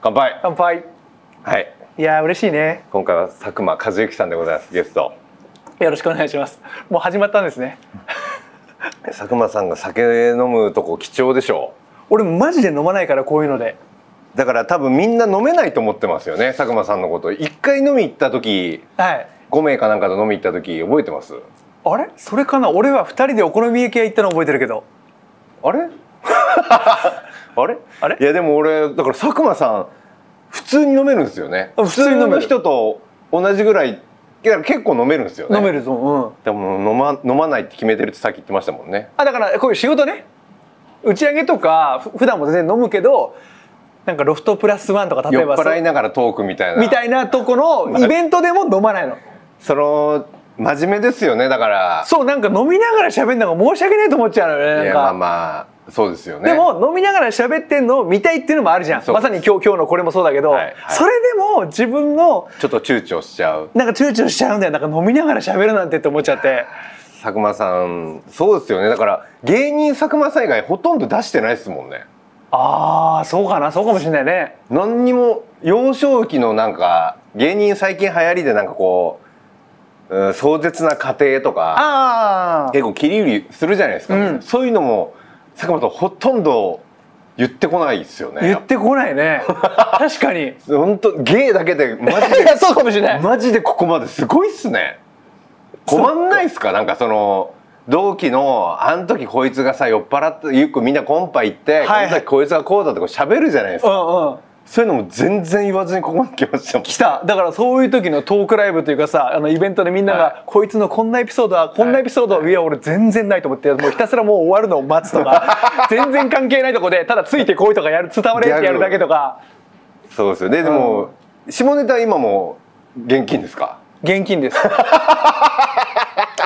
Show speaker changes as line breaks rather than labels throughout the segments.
乾杯
乾杯
はい
いやー嬉しいね
今回は佐久間一之さんでございますゲスト
よろしくお願いしますもう始まったんですね
佐久間さんが酒飲むとこ貴重でしょ
俺マジで飲まないからこういうので
だから多分みんな飲めないと思ってますよね佐久間さんのこと一回飲み行った時
はい
5名かなんかと飲み行った時覚えてます
あれそれかな俺は二人でお好み焼き屋行ったの覚えてるけど
あれ あれ
あれ
いやでも俺だから佐久間さん普通に飲めるんですよね
あ普通に飲める
普の人と同じぐらいいや結構飲めるんですよね
飲めるぞうん
でも飲ま飲まないって決めてるってさっき言ってましたもんね
あだからこういう仕事ね打ち上げとかふ普段も全然飲むけどなんかロフトプラスワンとか例
酔
え
っ
ば
払いながらトークみたいな
みたいなとこのイベントでも飲まないの
その真面目ですよねだから
そうなんか飲みながら喋るのが申し訳ないと思っちゃうのよね
い
なん
や
か
まあまあそうですよね
でも飲みながら喋ってんのを見たいっていうのもあるじゃん
そう
まさに今日今日のこれもそうだけど、
はいはい
それでも自分の
ちょっと躊躇しちゃう
なんか躊躇しちゃうんだよなんか飲みながら喋るなんてって思っちゃって
佐久間さんそうですよねだから芸人佐久間さん以外ほとんど出してないですもんね
ああそうかなそうかもしれないね
何にも幼少期のなんか芸人最近流行りでなんかこう、うん壮絶な家庭とか
ああ
結構切り売りするじゃないですか、
うん
そういうのも佐久間さんほとんど言ってこないですよ
言
ね
ってこない ね確かに
本当芸だけでマジ
い
で
やそうかもしれな い
マジでここまですごいっすね困んないっすかなんかその同期のあん時こいつがさ酔っ払ってよくみんなコンパ行って、
はいはい
この時こいつがこうだとか喋るじゃないです
う
か、
んうん
そういうのも全然言わずにここまで来ましたもん
来ただからそういう時のトークライブというかさあのイベントでみんなが、
は
こいつのこんなエピソードはこんなエピソードは、い、や俺全然ないと思ってもうひたすらもう終わるのを待つとか 全然関係ないとこでただついてこいとかやる伝われってやるだけとか
そうですよねでも、下ネタは今も現金ですか
現金です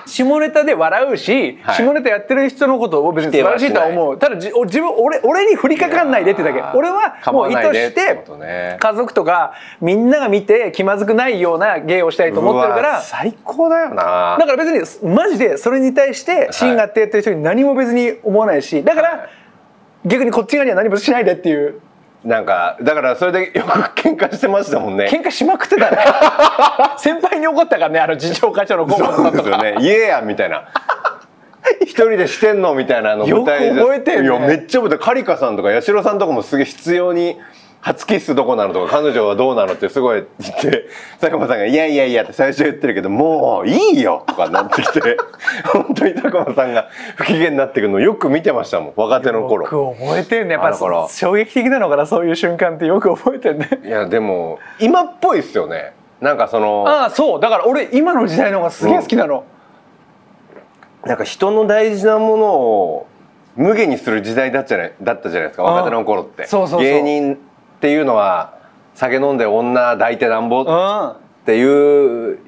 下ネタで笑うし、
はい
下ネタやってる人のことを別に素晴らしいとは思うただじお自分俺俺に降りかかんないでってだけ
いやー
俺は
構
もう
わ
意
ない
図
でっ
してて
ことね
家族とかみんなが見て気まずくないような芸をしたいと思ってるか
う
ら
わ最高だよな
だから別にマジでそれに対して芯があってやってる人に何も別に思わないしだか
は
ら
い
逆にこっち側には何もしないでっていう
なんかだからそれでよく喧嘩してましたもんね
喧嘩しまくっ てたね先輩に怒ったからねあの次長課長の顧問
そう
さん
で
と
すよ
か
ね「イエーや」み たいな「一人でしてんの?」みたいなあの
よく
で
覚えてんね
いやめっちゃ覚えてカリカさんとか八代さんとかもすげえ必要に「初キスどこなの?」とか「彼女はどうなの?」ってすごい言って佐久間さんが「いやいやいや」って最初言ってるけど「もういいよ」とかなってきて 本当に佐久間さんが不機嫌になってくるのよく見てましたもん若手の頃。
よく覚えてんねやっ
あだから
ぱ衝撃的なのかなそういう瞬間ってよく覚えてんね
いやでも今っぽいっすよねなんかその
ああそうだから俺今の時代の方がすげえ好きなの、
なんか人の大事なものを無限にする時代だったじゃないだったじゃないですか
ああ
若手の頃って
そうそうそう
芸人っていうのは酒飲んで女抱いてなんぼ
う
っ
ん
ていう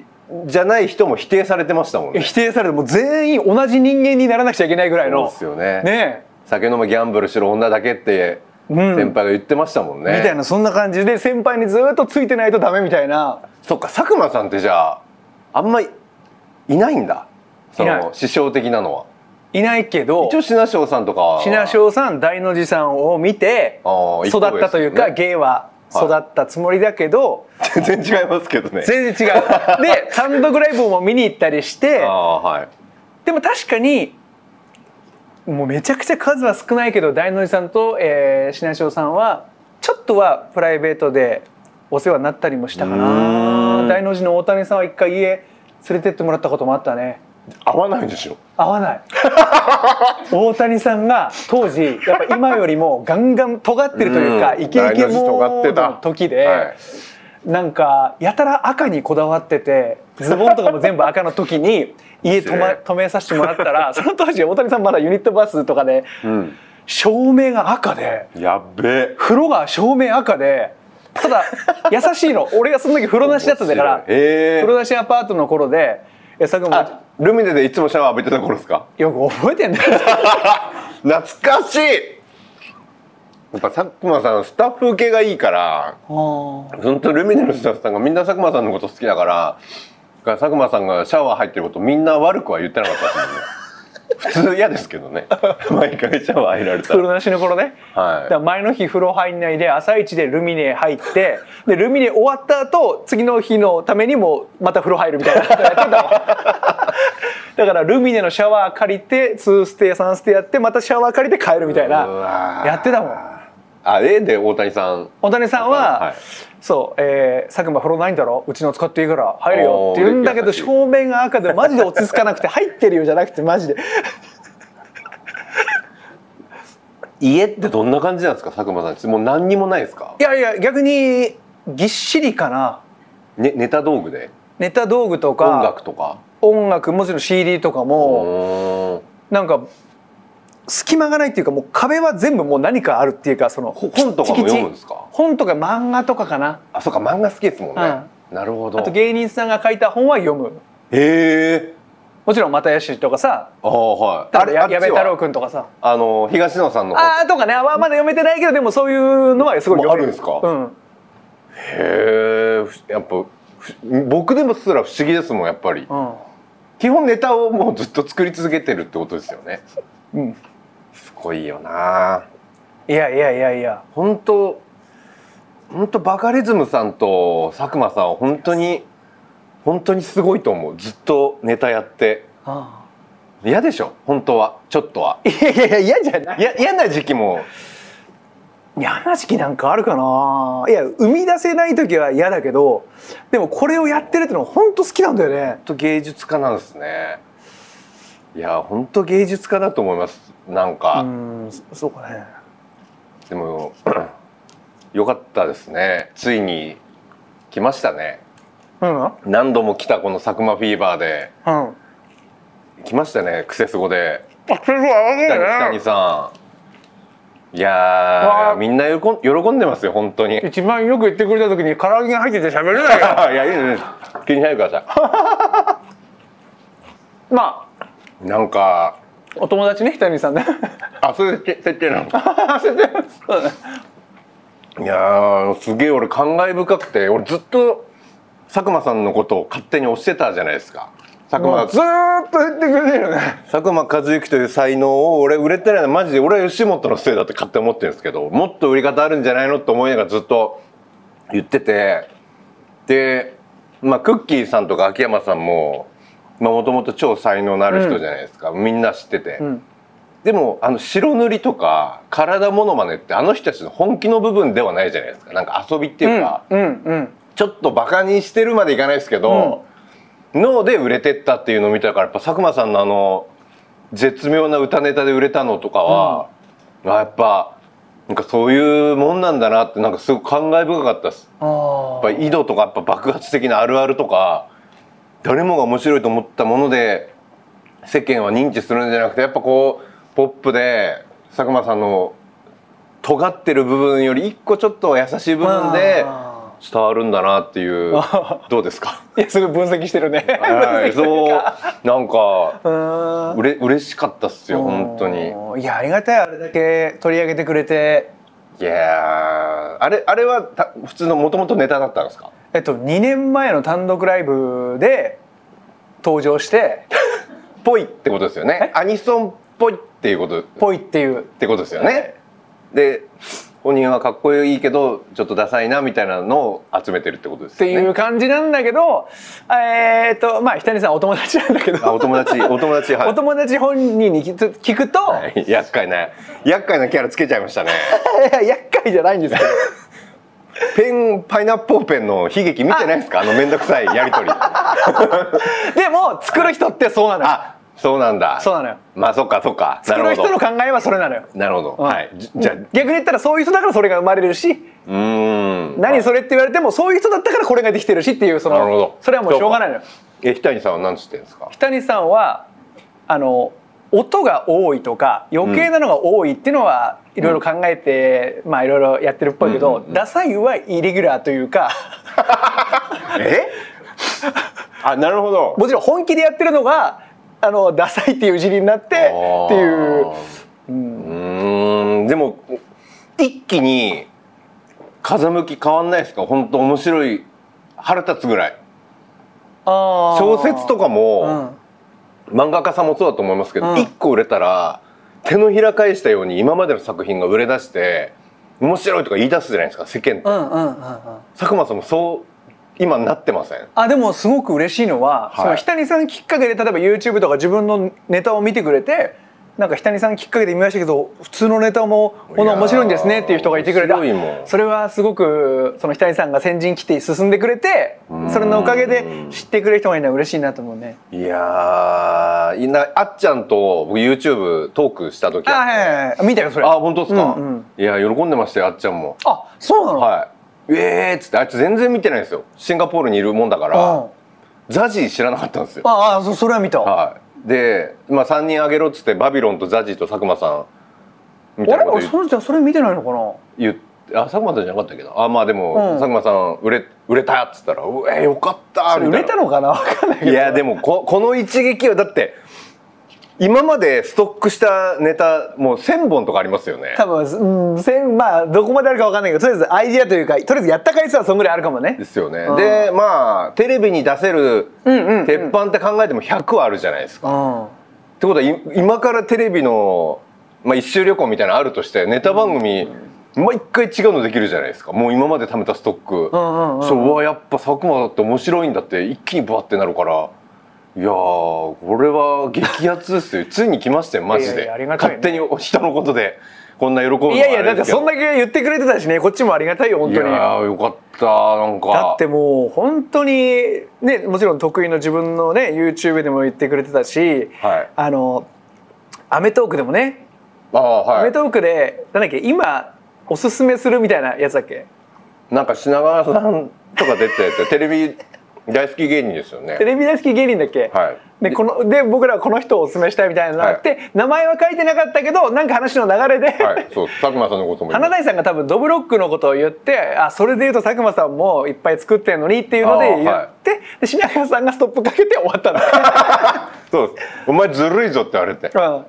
じゃない人も否定されてましたもんね
否定されてもう全員同じ人間にならなくちゃいけないぐらい
そう
の
ですよね
ねえ
酒飲むギャンブルしろ女だけって
うん
先輩が言ってましたもんね、
みたいなそんな感じで先輩にずっとついてないとダメみたいな
そっか佐久間さんってじゃああんまいいないんだそ
いない
の師匠的なのはい
ないけど
一応品庄さんとかは
品庄さん大の字さんを見て
あー一
育
個上
ったという
です
か
ね
芸は育ったつもりだけど
全然違いますけどね
全然違う で単独ライブも見に行ったりして
ああはい
でも確かにもうめちゃくちゃ数は少ないけど大の字さんと、えー、品庄さんはちょっとはプライベートでお世話になったりもしたか
うー
なん大の字の大谷さんは一回家連れてってもらったこともあったね
合わないでしょ
合わない 大谷さんが当時やっぱ今よりもガンガン尖ってるというか、
うん
イケイ
大の
ケモ
字尖って
ード
た
の時で、
はい
なんかやたら赤にこだわっててズボンとかも全部赤の時 に家泊
面白
ま
い
止めさせてもらったら その当時大谷さんまだユニットバスとかで
うん
照明が赤で
やっべえ
風呂が照明赤でただ優しいの 俺がその時風呂なしだったから
面白いへえ
風呂なしアパートの頃で「いや佐久間
あルミネでいつもシャワー浴びてた頃ですか
よく覚えてんだよ」
懐かしいやっぱ佐久間さんスタッフ受けがいいから本当ルミネのスタッフさんがみんな佐久間さんのこと好きだからだから佐久間さんがシャワー入ってることみんな悪くは言ってなかったですもんね 普通嫌ですけどね毎回シャワー入られ た
風
ら
呂なしの頃ねだから
は
前の日風呂入んないで朝一でルミネ入ってでルミネ終わった後次の日のためにもまた風呂入るみ たいなことやってたわだからルミネのシャワー借りて2ステ3ステやってまたシャワー借りて帰るみたい
い
なやってたもん
あえで大谷さん
大谷さんは、
はい
そう、えー佐久間風呂ないんだろうちの使っていいから入るよって言うんだけ
お
ど
ー優しい
正面が赤でマジで落ち着かなくて入ってるよじゃなくてマジで
家ってどんな感じなんですか佐久間さんちもう何にもないですか
いやいや逆にぎっしりかな
ねネタ道具で
ネタ道具とか
音楽とか
音楽もちろん CD とか
う
も
ーん
なんか隙間がないっていうかもう壁は全部もう何かあるっていうかその
ほ本とかも読むんですか
本とか漫画とかかな
あそうか漫画好きですもんねなるほ
あ
ど
と芸人さんが書いた本は読む
へえ
もちろん又吉とかさ
ああはい
あれや
っちは
矢部太郎くんとかさ
あの東野さんの方
あーとかね、まあ、まだ読めてないけどでもそういうのはすごい読め
もうあるんですか
うん、
へえやっぱふ僕でもすら不思議ですもんやっぱり
う
基本ネタをもうずっと作り続けてるってことですよね
んうん、
すごいよない
やいやいやいや
本当本当バカリズムさんと佐久間さんは本当に本当にすごいと思うずっとネタやって
あ
嫌でしょ本当はちょっとは
あいやいやいや嫌じゃない
いや嫌な時期も
嫌な時期なんかあるかないや生み出せない時は嫌だけどでもこれをやってるってのは本当好きなんだよね
本当芸術家なんですねいや本当芸術家だと思いますなんか、
うんそそうかね
でも よかったですねついに来ましたね
うんうん
何度も来たこの佐久間フィーバーで
あ
来ましたねクセスゴで
それは
北谷さんいや
わあ
ーみんな喜ん喜んでますよ本当にい
一番よく言ってくれた時に唐揚げが入ってて喋れないよ
やいいね気にしないでくださ
まあ
いなんか
お友達ねひとみさん ね
あそういう設定設定なの
そうだね
いやーすげえ俺感慨深くて俺ずっと佐久間さんのことを勝手に推してたじゃないですか佐久
も
間
うずーっと言ってくれてるよね
佐久間一行という才能を俺売れてないのマジで俺は吉本のせいだって勝手に思ってるんですけどもっと売り方あるんじゃないのって思いながらずっと言っててで、まあ、クッキーさんとか秋山さんももともと超才能のある人じゃないですか、みんな知ってて、
ん
でもあの白塗りとか体モノマネってあの人たちの本気の部分ではないじゃないですかなんか遊びっていうか、
うんうん
ちょっとバカにしてるまでいかないですけど、脳で売れてったっていうのを見たからやっぱ佐久間さんのあの絶妙な歌ネタで売れたのとかは、あやっぱなんかそういうもんなんだなってなんかすごく感慨深かったです。
あ
やっぱ井戸とかやっぱ爆発的なあるあるとか誰もが面白いと思ったもので世間は認知するんじゃなくてやっぱこうポップで佐久間さんの尖ってる部分より一個ちょっと優しい部分で
あ
伝わるんだなっていう
あ
どうですか
いやすごい分析してるね
はいそうなんか
うーん
うれ嬉しかったっすよ本当に
いやありがたいあれだけ取り上げてくれて
いやーあれあれはた普通のもともとネタだったんですか
えっと2年前の単独ライブで登場して
ぽいってことですよねアニソンっぽいっていうこと
ぽいっていう
ってことですよね。で本人はかっこいいけどちょっとダサいなみたいなのを集めてるってことで
っ
す
て
よね。
いう感じなんだけど、えーっとまあひたにさんお友達なんだけ
あ
ど
お友 達お友達は
お
い
友達本人に聞く聞くと、
はい、厄介な厄介なキャラつけちゃいましたね。
いや 厄介じゃないんですけど
ペンパイナップルペンの悲劇見てないですかあのめんどくさいやりとり。
でも作る人ってそうなのよ
あそうなんだ。
そうなのよ
まあそっかそっか。な
作る
るほ
人の
ど。
考えはそれなのよ
なるほど。
うん
はい。じじゃあう
逆に言ったらそういう人だからそれが生まれるし
ーん。
何それって言われてもそういう人だったからこれができてるしっていうその
なるほど
それはもうしょうがないのよ
えひたにさんは何つってんですか。
北谷さんはあの音が多いとか余計なのが多いっていうのはいろいろ考えて、まあいろいろやってるっぽいけど、ダサいはイレギュラーというか
え？ あなるほど。
もちろん本気でやってるのがあのダサいっていう字になってっていう
うーんでも一気に風向き変わんないですか本当面白い腹立つぐらい
小
小説と
か
かも、
うん
漫画家さんもそうだと思いますけ
う
ど、
ん
一個売れたら手のひら返したように今までの作品が売れ出して面白いとか言い出すじゃないですか世間って、
うんうんうんうん
佐久間さんもそう今なってません
あでもすごく嬉しいのは、
はい
その日谷さんきっかけで例えば YouTube とか自分のネタを見てくれてなんか日谷さんきっかけで見ましたけど普通のネタもこんな面白いんですねっていう人がいてくれて
いやー面白いもん
あそれはすごくその日谷さんが先陣来て進んでくれて
うん
それのおかげで知ってくれる人がいるのは嬉しいなと思うね。
いやーいなあっちゃんと僕 YouTube トークした時
あ
あっ
はいはいはい見たよそ
て
れ。
あ本当ですか、
うんうん
いや喜んでましたよあっちゃんも
あそうなの、
はいえーっつってあいつ全然見てないんですよシンガポールにいるもんだから、
うん
ザジー知らなかったんですよ
ああそそれは見た。
はい、で、まあ、3人あげろっつってバビロンとザジーと佐久間さんみたい
あ
な
れ
こと
俺
言
その人はそれ見てないのかな。
言ってあ佐久間さんじゃなかったっけどあまあでも、
うん
佐久間さん売れ売れたっつったら「うえよかった」
それ
み
売
たいな
れたのかなわかんないけど。
いやでもここの一撃はだって今までストックしたネタもう1,000本とかありますよね
多分、うん、せんまあどこまであるかわかんないけどとりあえずアイディアというかとりあえずやった回数はそんぐらいあるかもね
ですよね
うん
でまあテレビに出せる
うんうんうん
鉄板って考えても100はあるじゃないですか、
うん
ってことはい今からテレビの、まあ、一周旅行みたいなのあるとしてネタ番組、毎回違うのできるじゃないですかもう今まで貯めたストック、
うんうんうん
そううわやっぱ佐久間だって面白いんだって一気にバッてなるからいやーこれは激アツですよ ついに来ましたよマジで
いやいやありがたい
勝手
ね
に人のことでこんな喜ぶの
いやいやだってそん
な
だけ言ってくれてたしねこっちもありがたいよ本当に
いやーよかったなんか
だってもう本当にねもちろん得意の自分のね YouTube でも言ってくれてたし、
はい
あの『アメトーーク』でもね
あー
『ア
は
メ
い
トーーク』でなんだっけ今おすすめするみたいなやつだっけ
なんか品川さんとか出ててテレビ大好き芸人ですよね
テレビ大好き芸人だっけ、
はい
でこので僕らはこの人をお勧めしたいみたいなのがあって、名前は書いてなかったけどなんか話の流れで、
はい、そう、佐久間さんのことも言いま
花
す。
大さんが多分ドブロックのことを言ってあそれで言うと佐久間さんもいっぱい作ってんのにっていうので言って、
あーはい
で品川さんがストップかけて終わったんだ、
そうです、お前ずるいぞって言われて。
うん、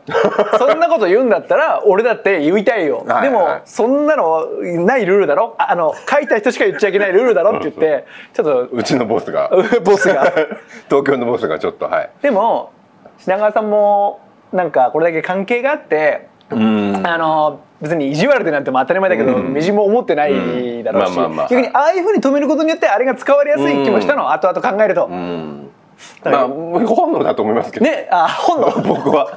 そんなこと言うんだったら俺だって言いたいよ、
はい
でも、
はい
そんなのないルールだろああの書いた人しか言っちゃいけないルールだろって言ってちょっ
うちのボスが、
とボスが。
東京のボスがちょっと、はい。
でも品川さんもなんかこれだけ関係があって
うん。
あの別に意地悪でなんても当たり前だけど、
うん
みじんも思ってないだろうし、
うんまあまあまあ
逆にああいうふうに止めることによってあれが使われやすい気もしたの、後々考えると、
うん。まあ、本能だと思いますけど。
ねあ本能
僕は。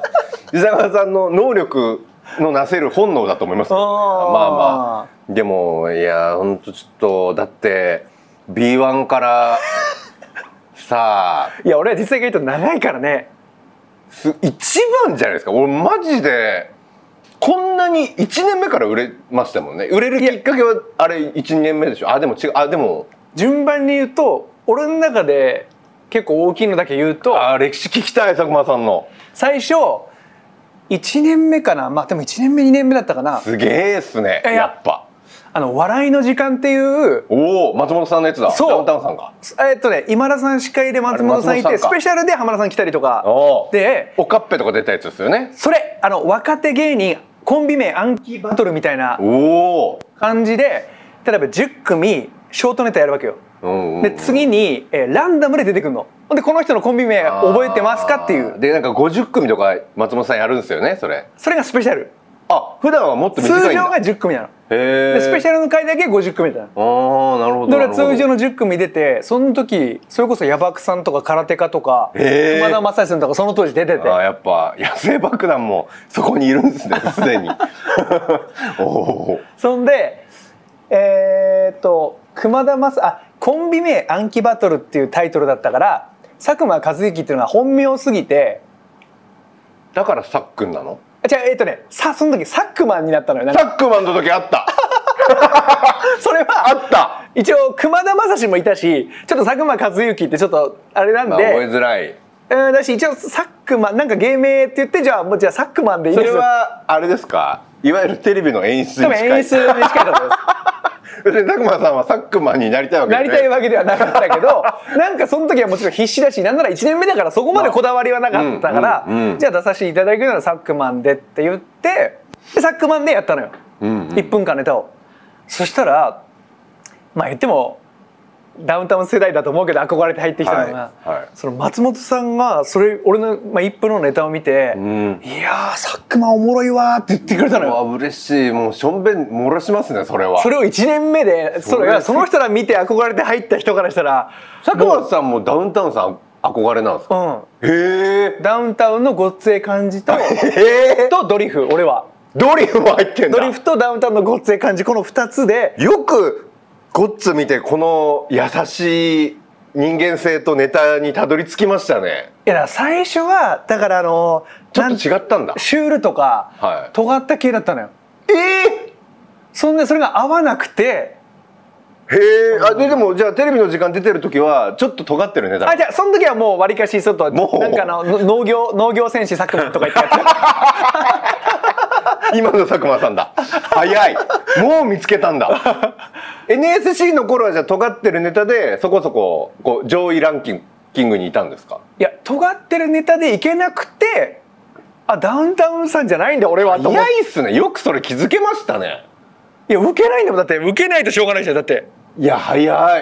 伊沢さんの能力のなせる本能だと思いますけどね。
あー
まあまあ。でも、いや、本当ちょっと、だって。B1 から。 さあ。
いや俺は実際が言うと長いからね
す一番じゃないですか俺マジでこんなに1年目から売れましたもんね売れるきっかけはあれ1年目でしょあでも違うあでも
順番に言うと俺の中で結構大きいのだけ言うと
あ歴史聞きたい佐久間さんの
最初1年目かなまあでも1年目2年目だったかな
すげえっすね
いや
やっぱ
あの笑いの時間っていう
おお松本さんのやつだ
そう
ダウンタウンさんが
えっとね今田さん司会で松本さん
あれ松本
いて
さん
ス
か
ペシャルで浜田さん来たりとか
おお
で
おかっぺとか出たやつですよね
それあの若手芸人コンビ名暗記バトルみたいな
おお
感じで例えば10組ショートネタやるわけよ
うんうん
で次に、えーランダムで出てくるのほんでこの人のコンビ名覚えてますかってい
あー
う
でなんか50組とか松本さんやるんですよねそれ
それがスペシャル
あ普段はもっと
通
短いん
常
だ
が10組なの
へえ
でスペシ
ャ
ャルの回だけ50組だなの
ルああなるほど
で
な
俺
る
は
ほど
通常の10組出てその時それこそ矢爆さんとか空手家とか熊
へー
田正史さんとかその当時出てて
あーやっぱ野生爆弾もそこにいるんです ねすでに おお
そんでえーっと熊田正あコンビ名暗記バトルっていうタイトルだったから佐久間一行っていうのが本名すぎて
だからさっくんなの
あ違うえーっとねさその時サックマンになったのよなんか
さっくまんの時あった
それ
あ
は
った
一応熊田正史もいたしちょっと佐久間一行ってちょっとあれなん
まあ覚え
で、
づらい
うん、だし一応サックマンなんか芸名って言ってじゃあもうじゃあサックマンでいい
そ
です
れはあれですかいわゆるテレビの演出
多
に
分
近
演
い
出に近いと思います
別に佐久間さんはさっくまんになりたいわけじ
な
ゃ
りたい
わ
わけではなかったけど なんかその時はもちろん必死だしなんなら1年目だからそこまでこだわりはなかったから、
うんうんうん
じゃあ出させていただくならサックマンでって言ってでサックマンでやったのよ、
うんうん
1分間ネタをそしたらまあ言ってもダウンタウン世代だと思うけど憧れて入ってきた
は
のが、
いはい
その松本さんがそれ俺の、まあ、一分のネタを見て
う
「
ん
いやーサックマンおもろいわ」って言ってくれた
う
のよ。
わ嬉しいもうしょんべん漏らしますねそれは
それを1年目でそ
それ
れがその人ら見て憧れて入った人からしたら
佐久間さんもダウンタウンさん憧れなんですか
もう、
へ
うん、ダウンタウンのごっつえ感 じと
え
とドリフ俺は
ドリフも入ってんだ
ドリフとダウンタウンのごっつえ感じこの2つで
よくゴッツ見てこの優しい人間性とネタにたどり着きましたね
いやだから最初はだからあの
ちょ
なん
っと違ったんだ
シュールとか、
はい
尖った系だったのよ
ええ
そんでそれが合わなくて
へえあででもじゃあテレビの時間出てる時はちょっと尖ってるネタ
あじゃあその時はもうわりかしちょっと
もう
なんかあのの農業農業戦士作文とか言ってや
今の佐久間さんだ早いもう見つけたんだ NSC の頃はじゃあ尖ってるネタでそこそここう上位ランキングにいたんですか
ついや尖ってるネタでいけなくてあダウンタウンさんじゃないんだ俺はと思って
早いっすねよくそれ気づけましたね
いや受けないんだもんだって受けないとしょうがないじゃんだって
いや早い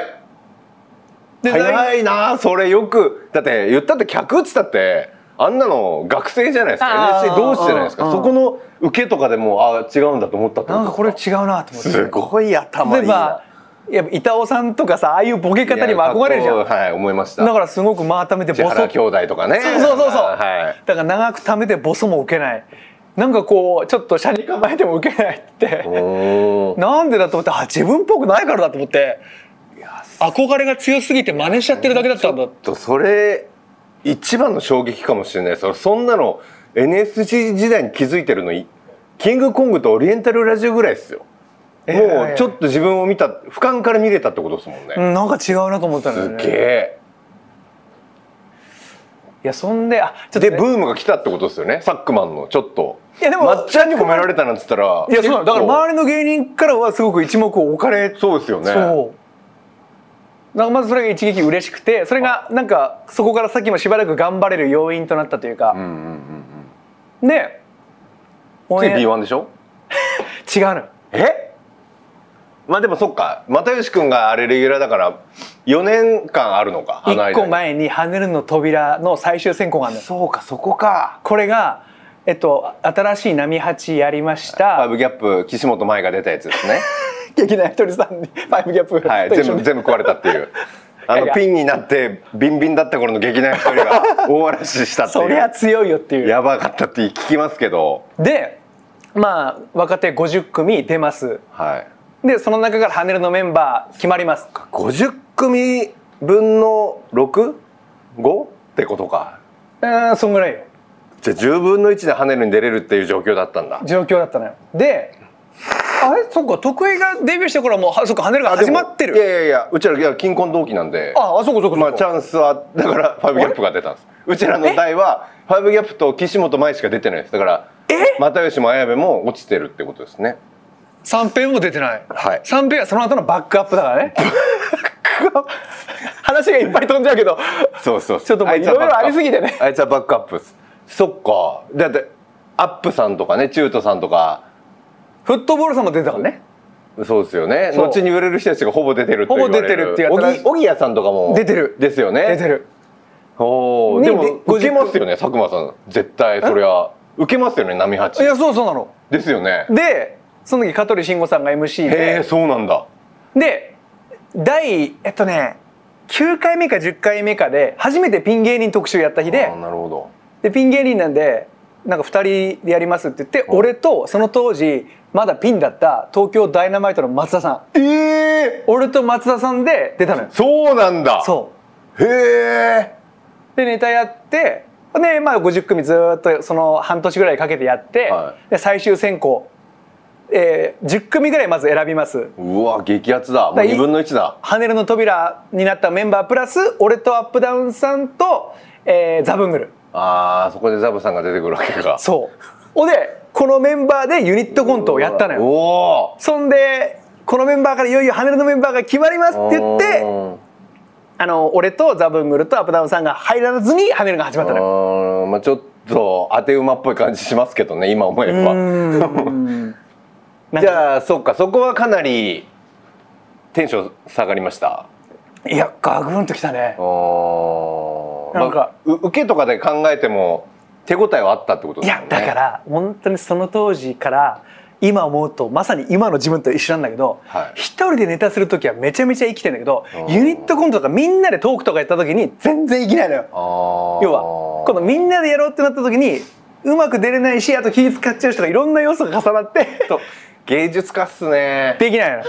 で
早いなあそれよくだって言ったって客っつったってあんなの学生じゃないですか
あー
NSC 同士じゃないです
う
か
ん
そこの受けとかでもうあー違うんだと思ったって
なんかこれ
と
違うなと思って
すごい頭い
例え
いな
ばやっぱ板尾さんとかさああいうボケ方にも憧れるじゃ
いや
ん
かっこはい思いました
だからすごく真改めて
千
ボソ
原兄弟とかね
そうそうそうそう、
はい
だから長く貯めてボソも受けないなんかこうちょっと車に構えても受けないって
おー
なんでだと思ってあ自分っぽくないからだと思って憧れが強すぎて真似しちゃってるだけだったんだ
とそれ一番の衝撃かもしれないそれそんなの NSC 時代に気づいてるのいキングコングとオリエンタルラジオぐらいですよもうちょっと自分を見た俯瞰から見れたってことですもんね、
うんなんか違うなと思ったのよ
す
ね
げえ
いやそんであちょっと
で
ね、
ブームが来たってことですよねサックマンのちょっと
いやでも
まっちゃんに褒められたなんつったら
いやそうなのだから
結構
周りの芸人からはすごく一目を置かれ
そうですよね
そうだからまずそれが一撃嬉しくてそれがなんかそこからさっきもしばらく頑張れる要因となったというか
う、んうんうん
で
うん
応
次
援違う
B1 でしょ
の
えまあでもそっか又吉君があれレギュラーだから4年間あるのかあの間
1
に
個前に「ハネルの扉」の最終選考がある のよ
そうかそこか
これが、えっと、新しい波八やりました
ファイブギャップ岸本舞が出たやつですね
劇団ひとりさんに「ファイブギャップ」
はい
と一緒
全部
に
全部壊れたっていうあ
いやい
の
や
ピンになってビンビンだった頃の劇団一人が 大嵐したってい
そうりゃ強いよっていう
やばかったって聞きますけど
でまあ若手50組出ます
はい
でその中から「ハネルのメンバー決まります
50組分の 6?5? ってことか
うーんそんぐらいよ
じゃあ10分の1で跳ねるに出れるっていう状況だったんだ
状況だったのよであれそっか徳井がデビューしてからもうはそっかハネルが始まって
いや
る
いやいやうちらいや金婚同期なんで
ああそこそこそこ、
まあチャンスはだからファイブギャップが出たんですうちらの代はファイブギャップと岸本舞しか出てないですだから
え
又吉も綾部も落ちてるってことですね
三平も出てない
はい
三平はその後のバックアップだ からね話がいっぱい飛んじゃうけど
そうそうそう
ちょっともう
あつはバックアップ
いろいろありすぎてね
あいつはバックアップですそっかだってアップさんとかね中途さんとか
フットボールさんも出てたからね
そうですよね
そう
後に売れる人たちがほぼ出てるって言われ
ほぼ出てるっていう
小
新しい
木小木谷さんとかも
出てる
ですよね
出てる
おお
に
で
で
も受けますよね佐久間さん絶対そりゃ受けますよね波
い
八
やそうそうなの
ですよね
でその時香取慎吾さんが MC
へえ
で
そうなんだ
で第えっとね9回目か10回目かで初めてピン芸人特集やった日で
あーなるほど
でピン芸人なんでなんか2人でやりますって言って、俺とその当時まだピンだった東京ダイナマイトの松田さん
ええ
俺と松田さんで出たのよ
そうなんだ
そう
へえ
うでネタやってで、まあ、50組ずーっとその半年ぐらいかけてやって、
は
で最終選考、えー10組ぐらいまず選びます
うわ激アツだもう
だい
2分の1だ
ハネルの扉になったメンバープラス俺とアップダウンさんと、えーザブングル
あーそこでザブさんが出てくるわけか
そうおでこのメンバーでユニットコントをやったのよ
おお
そんでこのメンバーからいよいよハネルのメンバーが決まりますって言ってあの俺とザブングルとアップダウンさんが入らずにハネルが始まったのよ。
うんまあちょっと当て馬っぽい感じしますけどね今思えば
なんか
じゃあそっかそこはかなりテンション下がりました
いやガグンときたね
あーまあ
なんか
う受けとかで考えても手応えはあったってこと
い
ですよ
や
ね
だから本当にその当時から今思うとまさに今の自分と一緒なんだけど、
はい
一人でネタする時はめちゃめちゃ生きてんだけど
うん
ユニットコントとかみんなでトークとかやった時に全然生きないのよ。要
要
はこのみんなでやろうってなった時にうまく出れないしあと気使っちゃうしとかいろんな要素が重なって
と 芸術家っすね
できないのよ。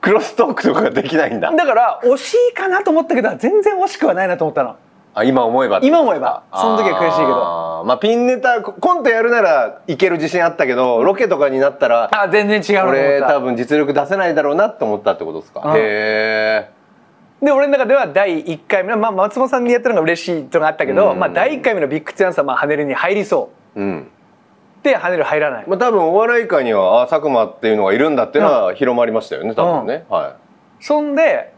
クロストークとかできないんだ
だから惜しいかなと思ったけど全然惜しくはないなと思ったの。
あ今思えばって
今思えばその時は悔しいけど。
あーまあピンネタココントやるならいける自信あったけどロケとかになったら
あ全然違うなと思っ
俺
た
多分実力出せないだろうなって思ったってことです
う
か
ん
へえ
で俺の中では第1回目の、まあ、松本さんにやったのが嬉しいとがあったけど、
うん
まあ、第1回目のビッグチャンスはまあ跳ねるに入りそ
うん
うで跳ねる入らない、
まあ多分お笑い界にはあ佐久間っていうのがいるんだっていうのは広まりましたよね多分ねは
そんで、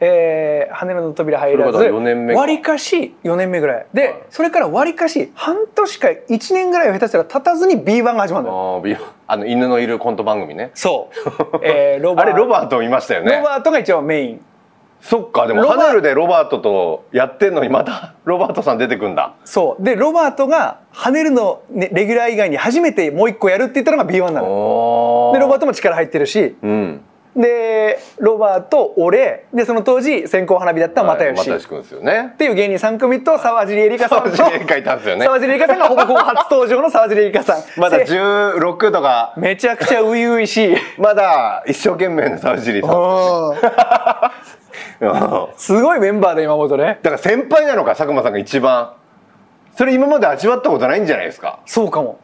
えー跳ねるの扉入ら
それ
ず
が4年目か
割かし4年目ぐらいで、
はい
それから割かし半年か1年ぐらいは下手したら立たずに B1 が始まる
い
のよ
あーびあの犬のいるコント番組ね
そう、えーロバ
あれロ
ー
バートいましたよ
トロ
ね
バートが一応メイン
そっかでも
ロバート
ハナルでロバートとやってんのにまた ロバートさん出てくんだ
そうでロバートが跳ねるの、ね、レギュラー以外に初めてもう1個やるって言ったのが B1 なの
お
でロバー
ト
トも力入ってるし
うん
でロバート俺でその当時線香花火だった
はい
又吉、
又吉くんですよね
っていう芸人3組と沢尻エリカさ
沢
んと
尻エリカいたんですよね
沢尻エリカさんがほぼほぼ初登場の沢尻エリカさん
まだ
せ
16とか
めちゃくちゃ初々しい
まだ一生懸命の沢尻さんうん だ
すごいメンバーで今思うとね
から先輩なのか佐久間さんが一番それ今まで味わったことないんじゃないですか
そうかも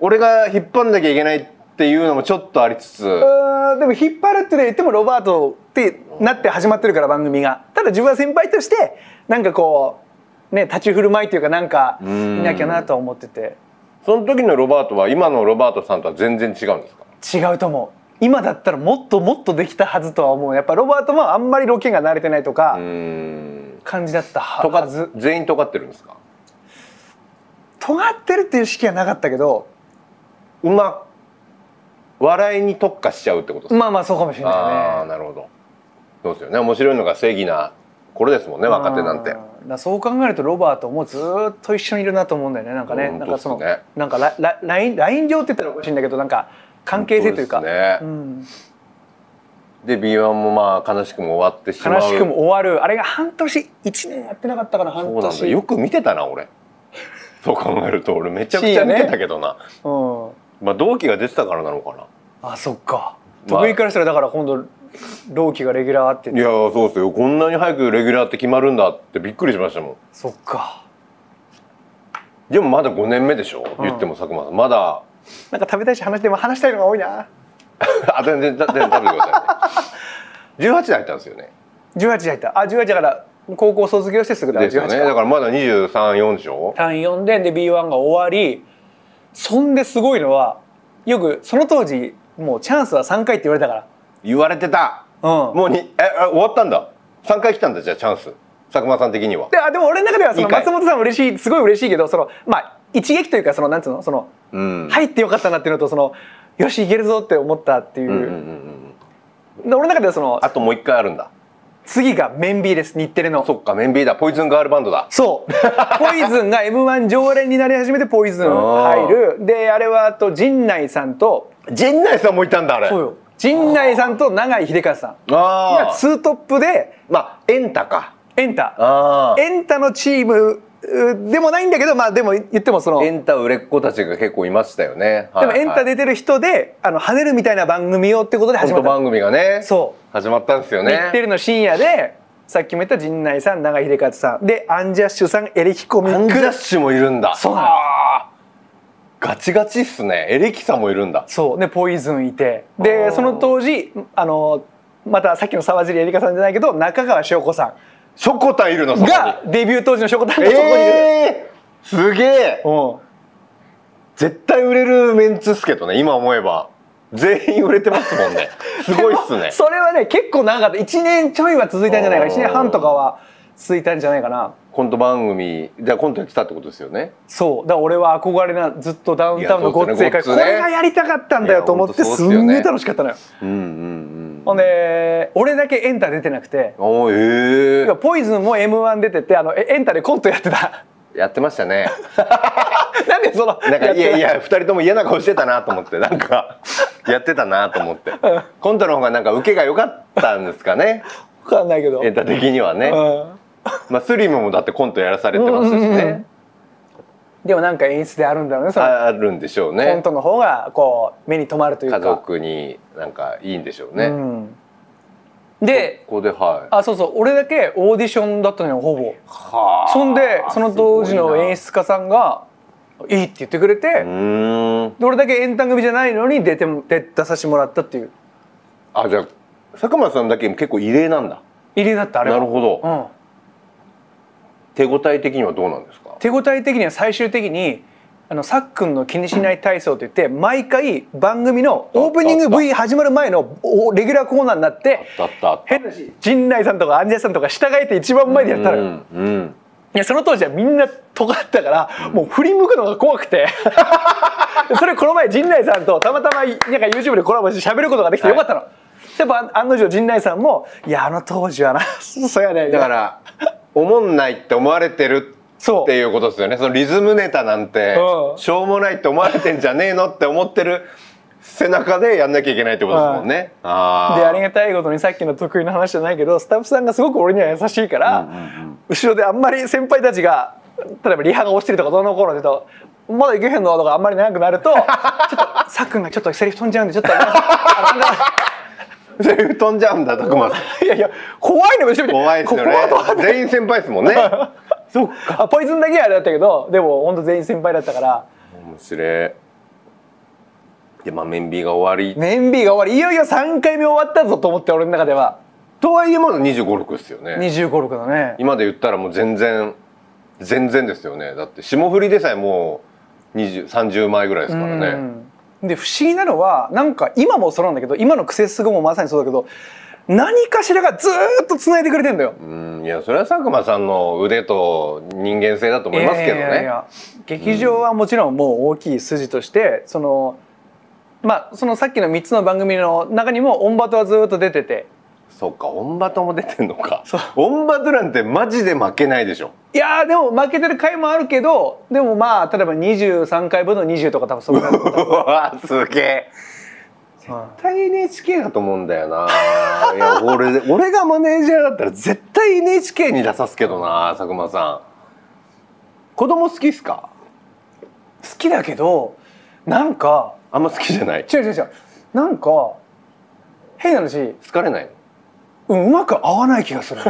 俺が引っ張んなきゃいけないっていうのもちょっとありつつ
うーんでも引っ張るって言ってもロバートってなって始まってるから番組がただ自分は先輩としてなんかこうね立ち振る舞いというかなんかい
ん
なきゃなとは思ってて
その時のロバートは今のロバートさんとは全然違うんですか
違うと思う今だったらもっともっとできたはずとは思うやっぱロバートもあんまりロケが慣れてないとか
うん
感じだったは
と
は
か
ず
全員とかってるんですか
尖ってるっていう意識はなかったけど
うま笑いに特化しちゃうってことですか
まあまあそうかもしれ
あ
な
あ
いね
なるほどそうですよね面白いのが正義な頃ですもんね若手なんて
うんだからそう考えるとロバートもずーっと一緒にいるなと思うんだよねなんかね
本
なん
当
か
っす
そ
ね
のなんかラララインライン上って言ったらおかしいんだけどなんか関係性というか
本当です
う
ね
ん、
で B1 もまあ悲しくも終わってしまう
悲しくも終わるあれが半年1年やってなかったから半
そう
年
なんだよく見てたな俺 そう考えると俺めちゃくちゃ見てたけどな、
うん
まあ同期が出てたからなのかな
あそっか
まあ
得意からしたらだから今度同期がレギュラーって
いやーそうですよこんなに早くレギュラーって決まるんだってびっくりしましたも
そっか
んでもまだ5年目でしょ、
うん
言っても佐久間さんまだ
なんか食べたいし話でも話したいのが多いな
あ全然全然食べ てください、ね、18で入ったんですよね
18入ったあ18だから高校卒業してすぐだ
ですよね
18
だからまだ234でしょ
単4でで B1 が終わりそんですごいのはよくその当時もうチャンスは3回って言われたか
言われてた
らうん
もうにえあ終わったんだ3回来たんだじゃあチャンス佐久間さん的には
であでも俺の中ではその
いいかい
松本さん嬉しいすごい嬉しいけどそのまあ一撃というかそのなんつうのその、
うん
入ってよかったなっていうのとそのよしいけるぞって思ったっていう、
うんうんうんうん
で俺の中ではその
あともう1回あるんだ
次がメンビーです日テレの
そっかメンビーだポイズンガールバンドだ
そうポイズンが m 1常連になり始めてポイズン入るであれはあと陣内さんと
陣内さんもいたんだあれ
そうよ陣内さんと永井秀和さんが
ああ
ツートップで
まあエンタか
エンタ
あ
エンタのチームうでもないんだけどまあでも言ってもその
エンタ売れっ子たちが結構いましたよね、
でもエンタ出てる人で「あの跳ねる」みたいな番組をってことで
コン
始ま
ト
った
番組がね
そう
始まったんですよ
う、日テ
ね
レの深夜でさっきも言った陣内さん永井秀和さんでアンジャッシュさんエレキコミ
アン
ッ
ジ
ク
ャッシュもいるんだ
そうなの
あーガチガチっすねエレキさんもいるんだ
そうでポイズンいて
あ
で
ー
その当時あのまたさっきの沢尻エリカさんじゃないけど中川翔子さ
ショコタンいるのそ
ん
こに
がデビュー当時の翔子さんがそこにいる、
えー、すげえ
うん
絶対売れるメンツっすけどね今思えば全員売れてますもん ねすごいっすね
それはね結構長かった1年ちょいは続いたんじゃないか
あー
1年半とかは続いたんじゃないかな
コント番組じゃあコントやってたってことですよね
そうだから俺は憧れなずっとダウンタウンのごっつい
いや
会
そ
こ
うですよね
れがやりたかったんだよと思って
いや
す
本当そう
ん
っすよね
げえ楽しかったのよ
うんうんうん
ほんで俺だけエンタ出てなくて
おーえー
ポイズンも m 1出ててあのえエンタでコントやってた
やってましたね
なんでその
なんかいやい
や
や2人とも嫌な顔してたなと思ってなんかやってたなと思ってコントの方がなんか受けが良かったんですか ね
分かんないけど、
エンタ的にはね、
うん
まあ、スリムもだってコントやらされてましたしね、
うんうんうんでもなんか演出であるんだろうねその
あるんでしょう
コン
ね
トの方がこう目に留まるというか
家族になんかいいんでしょう
う
ね、
ん、で
ここではい
あそうそう俺だけオーディションだったのよほぼ
はあ
そんでその当時の演
す
出家さんが「いい」って言ってくれて、
ごいなうーん
で俺だけエンタ組じゃないのに出ても出出させてもらったっていう
あじゃあ佐久間さんだけ結構異例なんだ
入りだったあれ
な
は
るほど、
うん、
手応え的にはどうなんですか
手応え的には最終的にあのさっくんの気にしない体操といって毎回番組のオープニング V 始まる前のおレギュラーコーナーになって
だったあった
変なし陣内さんとかアンジェラさんとか従えて一番前でやったのよ、
うんうん
いやその当時はみんな尖ったから、もう振り向くのが怖く てそれこの前陣内さんとたまたまなんか YouTube でコラボして喋ることができてよかったの、やっぱ案の定陣内さんも「いやあの当時はなそうやねん」
だから思んないって思われてる
そう
っていうことですよねそのリズムネタなんて
うん
しょうもないって思われてんじゃねえのって思ってる背中でやんなきゃいけないってことですもんね。あ
で
ー
ありがたいことにさっきの得意な話じゃないけどスタッフさんがすごく俺には優しいから、後ろであんまり先輩たちが例えばリハが落ちてるとかどうの頃でと「まだいけへんの?」とかあんまり長くなる とちょっとさっくんがちょっとセリフ飛んじゃうんでちょっと皆さんあのなんか
セリフ飛んじゃうんだ徳間さん。
いやいや怖いの後ろ見て
怖いですよね
ここはどう。
全員先輩ですもんね。
そっかポイズンだけはあれだったけどでも本当全員先輩だったから
面白い。でまあ面 B が終わり。
メンビーが終わりいよいよ3回目終わったぞと思って俺の中では
とはいえまだ25、6ですよね。
2 5 6だね
今で言ったらもう全然全然ですよね。だって霜降りでさえもう20、30枚ぐらいですからね。
うんで不思議なのはなんか今もそうなんだけど今のクセスゴもまさにそうだけど何かしらがずーっと繋いでくれてんだよ。
うん、いやそれは佐久間さんの腕と人間性だと思いますけどね。
いやいやいや劇場はもちろんもう大きい筋として、そのまあそのさっきの3つの番組の中にもオンバトはずーっと出てて
そうかオンバトも出てんのか。オンバトなんてマジで負けないでしょ。
いやーでも負けてる回もあるけどでもまあ例えば23回分の20とか多分そうぐらいだと
うわすげえ。
思ううん
絶対 NHK だと思うんだよな。いや俺俺がマネージャーだったら絶対 NHK に出さすけどな佐久間さん。子供好きっすか？
好きだけどなんか
あんま好きじゃない。
違う違う違うなんか変な話
好かれないの。
うん、うまく合わない気がする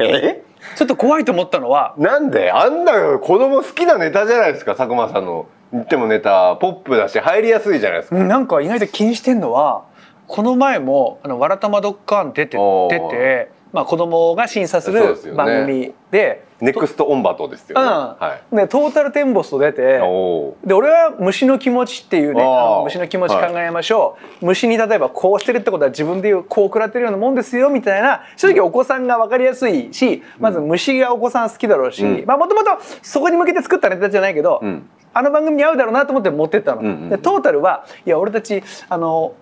え？
ちょっと怖いと思ったのは
なんであんな子供好きなネタじゃないですか佐久間さんの言ってもネタポップだし入りやすいじゃないですか。
うんなんか意外と気にしてんのはこの前も「あのわらたまドッカン」出て
おー
出て、まあ、子供が審査す
そうで
る
すよね
番組で
ネクストオンバトですよ、ね。
うん
は
でトータルテンボスと出て
い。お
で俺は虫の気持ちっていうね
あ
あ
ー
の虫の気持ち考えましょう、虫に例えばこうしてるってことは自分で言うこう食らってるようなもんですよみたいな正直お子さんが分かりやすいしまず虫がお子さん好きだろうし、
うん
まあもともとそこに向けて作ったネタじゃないけど、
お。うん。
あの番組に合うだろうなと思って持ってったの、
うんうん
でトータルはいや俺たちあの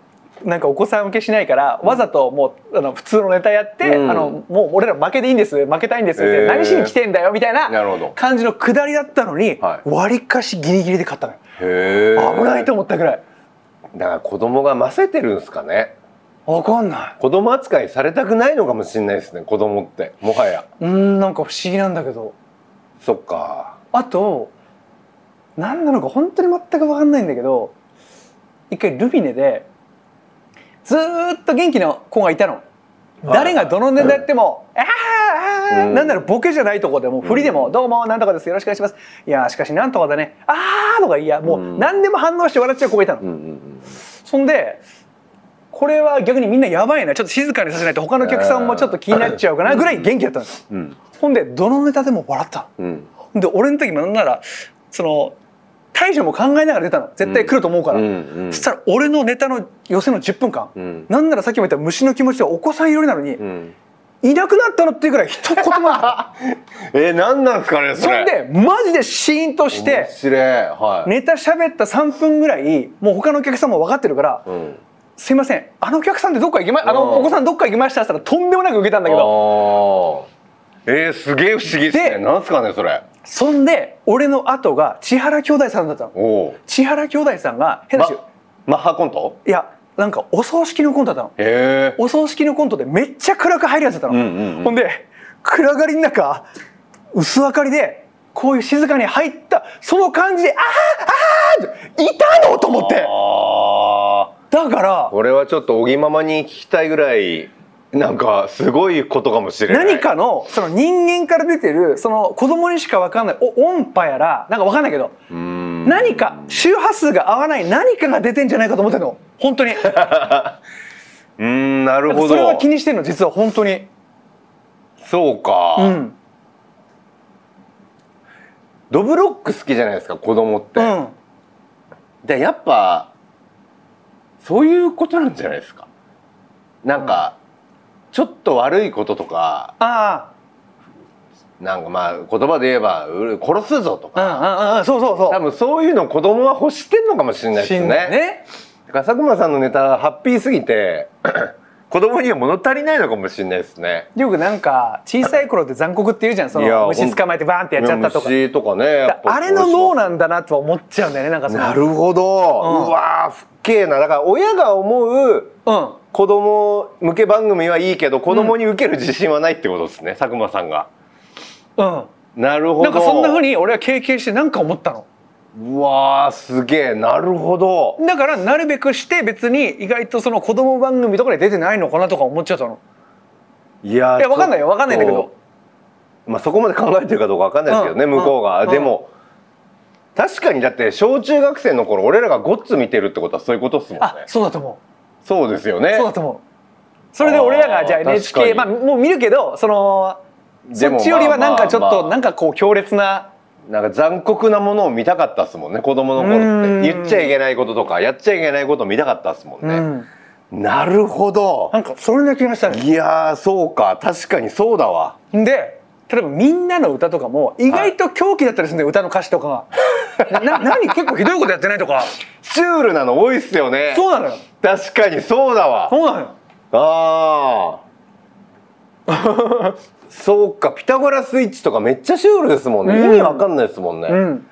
なんかお子さん受けしないから、わざともうあの普通のネタやって、
うん
あのもう俺ら負けでいいんです負けたいんですって、
へー
何しに来てんだよみたいな
なるほど
感じの下りだったのに、
はい
割りかしギリギリで勝ったのよ
へえ。
危ないと思ったぐらい
だから子供がませてるんですかね。
分かんな
子供扱いされたくないのかもしれないですね。子供ってもはや。
いうーんなんか不思議なんだけど
そっか。
あと何なのか本当に全く分かんないんだけど一回ルミネでずーっと元気な子がいたの誰がどの年代やっても「あーあー
うん
なんならボケじゃないとこでも振りでも「どうもなんとかですよろしくお願いします」「いやーしかしなんとかだね」「ああ」とか「いやも
う
うん何でも反応して笑っちゃう子がいたの
うんうんうん。
そんでこれは逆にみんなやばいなちょっと静かにさせないと他のお客さんもちょっと気になっちゃうかなぐらい元気だったの
うん
ほんでどのネタでも笑ったの
うん。
で俺の時もなんならその大将も考えながら出たの絶対来ると思うから、
うんうん。
そしたら俺のネタの寄せの10分間、
うん
なんならさっきも言った虫の気持ちはお子さん寄りなのに、
うん。
いなくなったのっていうぐらい一言もな かっ
えー、なんなんですかね
た
そ
そ
れ。
んでマジでシーンとし
面
て
白い。はい。
ネタ喋った3分ぐらいもう他のお客さんも分かってるから
うん。
すいませんあのお客さんでどっか行きまあ
うん
のお子さんどっか行きましたって言ったらとんでもなく受けたんだけど
どえー、すげえ不思議ですね
で
なんすかねそれ
そんで俺の後が千原兄弟さんだったの
おお
千原兄弟さんが変な
ま
話、い
マッハコント
やなんかお葬式のコントだったの
へえ
お葬式のコントでめっちゃ暗く入るやつだったの、
うんうんうん
ほんで暗がりの中薄明かりでこういう静かに入ったその感じであーあーっていたのと思って
ああ
だから
これはちょっとおぎままに聞きたいぐらいなんかすごいことかもしれない
何かのその人間から出てるその子供にしか分かんないお音波やらなんか分かんないけど
うーん
何か周波数が合わない何かが出てんじゃないかと思ってんの 本当に
うーんなるほど
それは気にしてんの実は本当に
そうか、
うん
ドブロック好きじゃないですか子供って、
うん
でやっぱそういうことなんじゃないですかなんか、ちょっと悪いこととか
あ
なんかまあ言葉で言えばう殺すぞとか
あうんうんうんそうそうそう
多分そういうの子供は欲してんのかもしれないですね
信頼ね
だから佐久間さんのネタハッピーすぎて 子供には物足りないのかもしれないですね
よくなんか小さい頃って残酷って言うじゃんそ
いや
の虫捕まえてバーンってやっちゃったとか
いや虫とかねやっぱ
あれの脳なんだなとは思っちゃうんだよねなんかその
なるほど、う
うん
わーふっけえなだから親が思う
うん
子供向け番組はいいけど子供に受ける自信はないってことですね、佐久間さんが
う
なるほど
んなんかそんな風に俺は経験してなんか思ったの
うわーすげえなるほど
だからなるべくして別に意外とその子供番組とかで出てないのかなとか思っちゃったの
いや
いやわかんないよわかんないんだけど、
まあ、そこまで考えてるかどうかわかんないですけどね、
うん
向こうが、
うん
でも確かにだって小中学生の頃俺らがゴッツ見てるってことはそういうことっすもんね
あそうだと思
そうですよ
うそう
ね
だと思うそれで俺ら
あ
が
ー
じゃあ
確
NHK
か
まあ
に
もう見るけどその
で
そ
も
っちよりはなんかちょっ
まあま
と
あ
なんかこう強烈な
なんか残酷なものを見たかったっすもんね子供の頃っ
うん
て言っちゃいけないこととかやっちゃいけないことを見たかったっすもん
う
ね、
ん
なるほど
なんかそれな気がしたね
いやーそうか確かにそうだわ
で例えば「みんなの歌とかも意外と狂気だったりするんだよ、歌の歌詞とか がな何結構ひどいことやってないとか
シュールなの多いっすよね
そうなのよ
確かにそうだわ
そうなのよ
ああそうかピタゴラスイッチとかめっちゃシュールですもんね、
うん
意味わかんないですもんね、
うん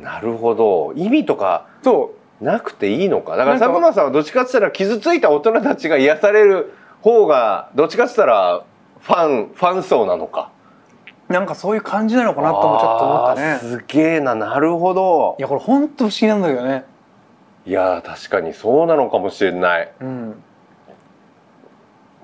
なるほど意味とか
そ
なくていいのかだから
なん
佐
か
久間さんはどっちかって言ったら傷ついた大人たちが癒される方がどっちかって言ったらファンファン層なのか
うなんかそういう感じなのか
あ
なともちょっと思った
ー
ね
すげえななるほど
いやこれほんと不思議なんだけどね
いやー確かにそうなのかもしれない
うん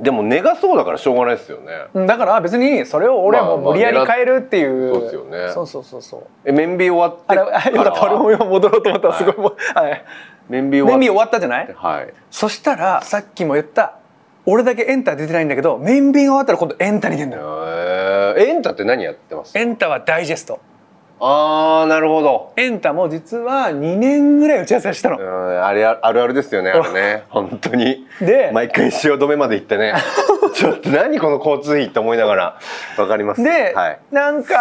でも根がそうだからしょうがないですよね
だから別にそれを俺はもう無理やり変えるっていう、
まあまあそうですよね
そうそうそうそう
えメンビ終わって
あれ
か
よかった俺
ら
も今戻ろうと思ったらすごいもうはい
メンビ終
メ
わ
ンビ
っ
終わったじゃない
てはい
そしたらさっきも言った俺だけエンタ出てないんだけどメンビが終わったら今度エンタに出るのよ
えー、エンタって何やってます
エンタはダイジェスト
あーなるほど、
エンタも実は2年ぐらい打ち合わせしたの
う、ん、あれああるあるですよねあれ ね本当に
で
毎回汐留まで行って ねちょっと何この交通費って思いながらわかります
で、
はい、
なんか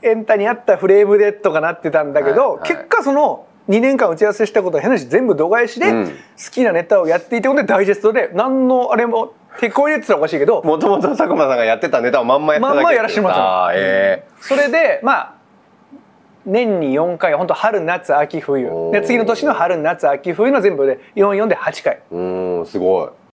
エンタにあったフレームでとかなってたんだけど、
はいはい
結果その2年間打ち合わせしたことは変なし全部度外視で、
うん
好きなネタをやっていてほんでダイジェストで何のあれも手こ入れって言ったらおかしいけど
もともと佐久間さんがやってたネタをまんまやっただけ
まんまやらしてもらったの
あーえ
それでまあ年に4回本当春夏秋冬
おー
で次の年の春夏秋冬の全部で44で8回
ー、うーんすごい